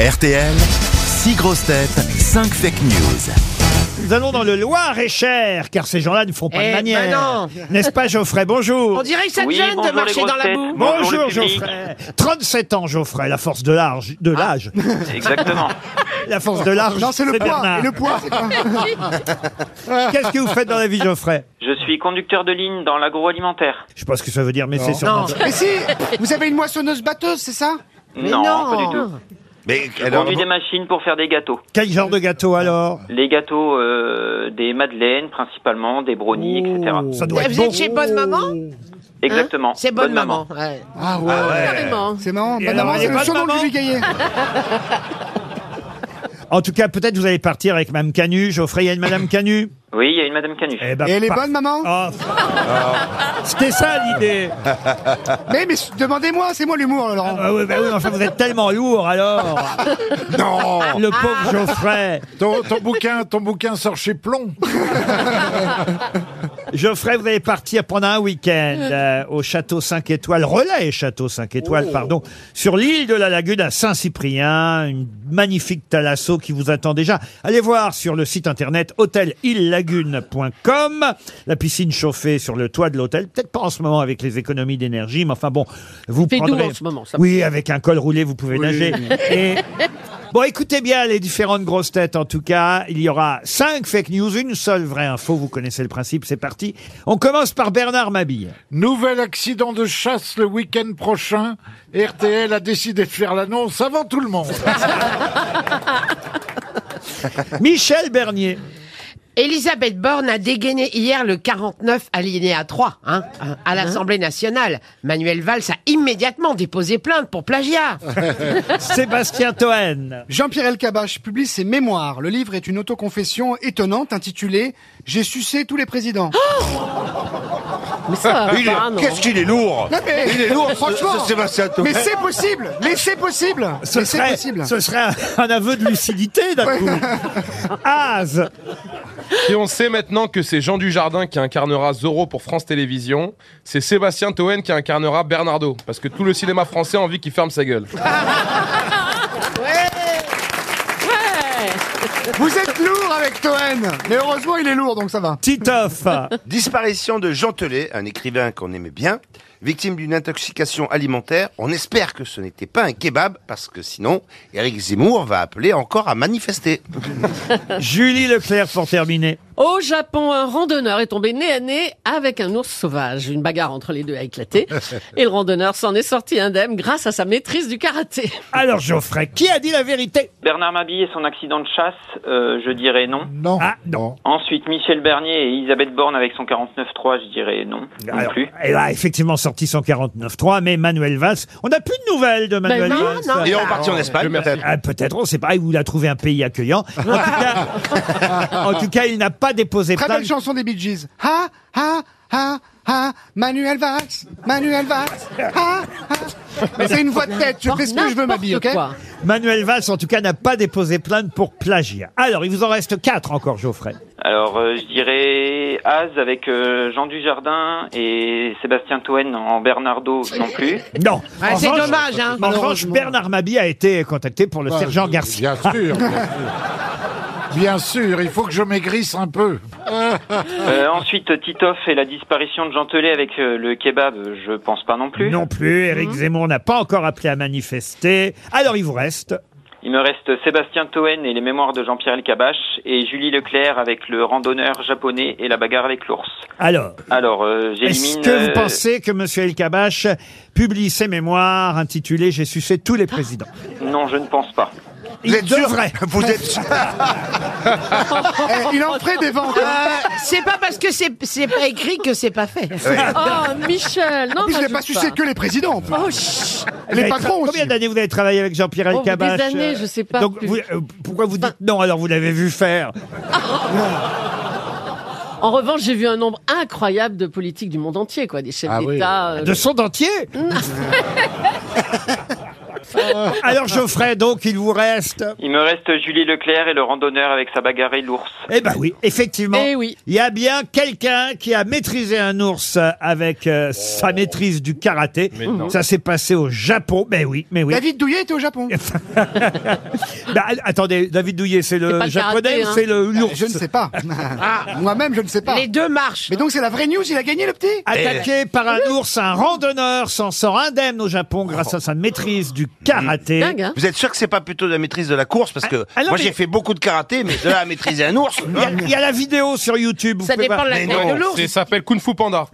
RTL, 6 grosses têtes, 5 fake news. Nous allons dans le Loir-et-Cher, car ces gens-là ne font pas Eh, de bah manière. non. N'est-ce pas, Geoffrey Bonjour. On dirait que ça te Oui, gêne de bonjour, marcher les dans la boue. grosses têtes. Bonjour, le public. Geoffrey. 37 ans, Geoffrey, la force de l'âge. Ah. De l'âge. Exactement. La force de l'âge. Non, c'est le poids. Bernard. Et le poids. Qu'est-ce que vous faites dans la vie, Geoffrey Je suis conducteur de ligne dans l'agroalimentaire. Je sais pas ce que ça veut dire, mais c'est sûrement. Non. Mais si, vous avez une moissonneuse batteuse, c'est ça Non, pas du tout. Mais Je conduis des machines pour faire des gâteaux. Quel genre de gâteau alors Les gâteaux, euh, des madeleines principalement, des brownies, etc. Ça doit être Oh. Eh, Vous bon. êtes chez Bonne Maman hein Exactement. C'est Bonne, Maman. ouais. Ah ouais. Carrément. C'est marrant. Et Bonne alors, maman, elle est c'est le bonne surnom maman que j'ai gagné. En tout cas, peut-être vous allez partir avec Madame Canu. Geoffrey, il y a une Madame Canu Oui, il y a une Madame Canu. Eh ben, Et elle est par- bonne, maman Oh. C'était ça l'idée. Mais, mais demandez-moi, c'est moi l'humour, Laurent. Ah oui, bah oui, enfin, vous êtes tellement lourd alors. Non Le Ah. pauvre Geoffrey. ton, ton bouquin, ton bouquin sort chez Plomb. Geoffrey, vous allez partir pendant un week-end Mm. euh, au château 5 étoiles, relais château 5 Oh. étoiles, pardon, sur l'île de la Lagune à Saint-Cyprien, une magnifique thalasso qui vous attend déjà. Allez voir sur le site internet hôtelillelagune.com, la piscine chauffée sur le toit de l'hôtel, peut-être pas en ce moment avec les économies d'énergie, mais enfin bon, vous fait doux prendrez... en ce moment, ça. oui, avec un col roulé, vous pouvez nager. Et... Bon, écoutez bien les différentes grosses têtes en tout cas. Il y aura cinq fake news, une seule vraie info. Vous connaissez le principe, c'est parti. On commence par Bernard Mabille. Nouvel accident de chasse le week-end prochain. RTL a décidé de faire l'annonce avant tout le monde. Ah, Michel Bernier. Elisabeth Borne a dégainé hier le 49 alinéa 3 hein, à l'Assemblée nationale. Manuel Valls a immédiatement déposé plainte pour plagiat. Sébastien Toen. Jean-Pierre Elkabach publie ses mémoires. Le livre est une autoconfession étonnante intitulée J'ai sucé tous les présidents. Mais ça, Ah, Qu'est-ce qu'il est lourd Non, mais- Il est lourd, franchement. ce- ce Sébastien Toen. Mais c'est possible Mais c'est possible Ce Mais c'est serait, possible ce serait un- un aveu de lucidité d'un coup. Az. Et on sait maintenant que c'est Jean Dujardin qui incarnera Zorro pour France Télévisions, c'est Sébastien Toen qui incarnera Bernardo, parce que tout le cinéma français a envie qu'il ferme sa gueule. Vous êtes lourd avec Toen Mais heureusement, il est lourd, donc ça va. Titoff. Disparition de Jean Telet, un écrivain qu'on aimait bien, victime d'une intoxication alimentaire. On espère que ce n'était pas un kebab, parce que sinon, Eric Zemmour va appeler encore à manifester. Julie Leclerc pour terminer. Au Japon, un randonneur est tombé nez à nez avec un ours sauvage. Une bagarre entre les deux a éclaté et le randonneur s'en est sorti indemne grâce à sa maîtrise du karaté. Alors Geoffrey, qui a dit la vérité Bernard Mabille et son accident de chasse, euh, je dirais non. Non. Ah non. Ensuite, Michel Bernier et Elisabeth Borne avec son 49.3, je dirais non. non Alors, plus. elle a effectivement sorti son 49.3, mais Manuel Valls, on n'a plus de nouvelles de Manuel Ben non, Valls. non. Et on est parti en Espagne, peut-être. Ah, peut-être, on sait pas, il a trouvé un pays accueillant. En tout cas, en tout cas, il n'a pas déposé Très belle plainte. chanson des Bee Gees. Ha, ha, ha, ha, Manuel Valls, Manuel Valls, ha, ha. Mais c'est une voix de tête, je fais ce que je veux, ma bille, ok N'importe quoi. Manuel Valls, en tout cas, n'a pas déposé plainte pour plagiat. Alors, il vous en reste quatre encore, Geoffrey. Alors, euh, je dirais Az avec euh, Jean Dujardin et Sébastien Toen en Bernardo non plus. Non. Ouais, En c'est revanche- dommage. Hein. En revanche, Bernard Mabie a été contacté pour le sergent Bah, je- Garcia. Bien sûr. bien sûr. Bien sûr, il faut que je maigrisse un peu. Euh, ensuite, Titoff et la disparition de Jean Telet avec euh, le kebab, euh, je pense pas non plus. Non plus, Éric Mmh. Zemmour n'a pas encore appelé à manifester. Alors, il vous reste. Il me reste Sébastien Toen et les mémoires de Jean-Pierre Elkabach et Julie Leclerc avec le randonneur japonais et la bagarre avec l'ours. Alors, Alors, euh, est-ce j'élimine... que vous euh, pensez que M. El Kabache publie ses mémoires intitulées J'ai sucé tous Ah, les présidents Non, je ne pense pas. Il devrait. Vous êtes sûr Eh, Il en ferait des ventes. Ah, hein. C'est pas parce que c'est c'est pas écrit que c'est pas fait. Oh, Michel, non, En plus, je n'ai pas rajoute sucé que les présidents. en plus. Oh, chut. Les Vous avez patrons tra- Combien aussi. d'années vous avez travaillé avec Jean-Pierre Oh, des Elkabach années, je sais pas, Donc, plus. vous- euh, pourquoi vous dites non alors vous l'avez vu faire En revanche, j'ai vu un nombre incroyable de politiques euh, Ah du monde entier, quoi, des chefs Ah oui. d'État. euh, De son dentier Ah. Alors Geoffrey, donc il vous reste. Il me reste Julie Leclerc et le randonneur avec sa bagarre et l'ours. Eh ben oui, effectivement. Eh oui. Il y a bien quelqu'un qui a maîtrisé un ours avec euh, sa maîtrise du karaté. Mais non. Ça s'est passé au Japon. Ben oui, mais oui. David Douillet était au Japon. Bah, attendez, David Douillet, c'est C'est le pas le japonais karaté, ou hein. c'est le l'ours Je ne sais pas. Moi-même, je ne sais pas. Les deux marchent. Mais donc, c'est la vraie news, il a gagné le petit Attaqué par un ours, un randonneur s'en sort indemne au Japon grâce à sa maîtrise du karaté. Dingue, hein Vous êtes sûr que c'est pas plutôt de la maîtrise de la course Parce que Ah, ah non, moi mais- j'ai fait beaucoup de karaté, mais de là à maîtriser un ours. hein. Il y, a, il y a la vidéo sur YouTube. vous Ça pouvez dépend de voir. la Mais taille de non, l'ours. c'est- ça s'appelle Kung Fu Panda.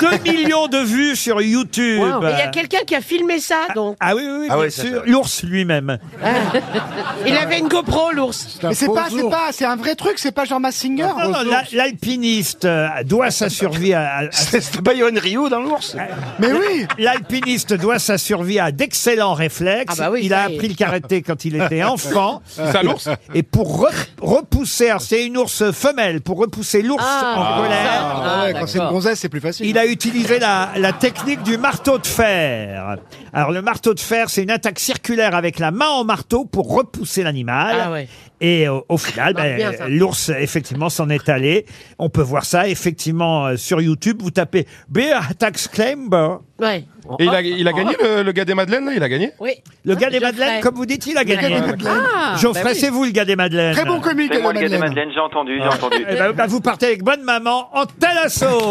2 millions de vues sur YouTube. Wow. bah. Mais Il y a quelqu'un qui a filmé ça, donc. Ah oui, oui, oui, Ah bien ouais, ça, sûr. ça. L'ours lui-même. Il avait une GoPro, l'ours. Ah, Mais c'est pas, c'est pas, c'est un vrai truc, c'est pas genre Massinger. Non, non, la- L'alpiniste euh, doit sa survie à- à- à C'était pas Yohan Ryu dans l'ours Mais oui L'alpiniste doit sa survie à d'excellents réflexes. Ah bah oui, il a ça y est. appris le karaté quand il était enfant. C'est à l'ours Et pour re- repousser, alors c'est une ours femelle, pour repousser l'ours Ah, en colère, Ah, ouais, quand c'est une d'accord. gonzesse, c'est plus facile. il a utilisé la, la technique du marteau de fer. Alors le marteau de fer, c'est une attaque circulaire avec la main en marteau pour repousser l'animal. Ah ouais. Et au, au final, marche ben, bien, ça. l'ours effectivement s'en est allé. On peut voir ça effectivement euh, sur YouTube. Vous tapez Bear Attacks Climber. Ouais. Et il a, il a gagné le, le gars des Madeleines, là Il a gagné Oui. Hein Le gars des Geoffrey. Madeleines, comme vous dites, il a gagné. Ah, Geoffrey, bah oui. c'est vous le gars des Madeleines. Ah. Eh Très bon comique, C'est moi le gars des Madeleine. Ah. Madeleines, j'ai entendu, j'ai entendu. Eh ben, bah, vous partez avec bonne maman en talasso.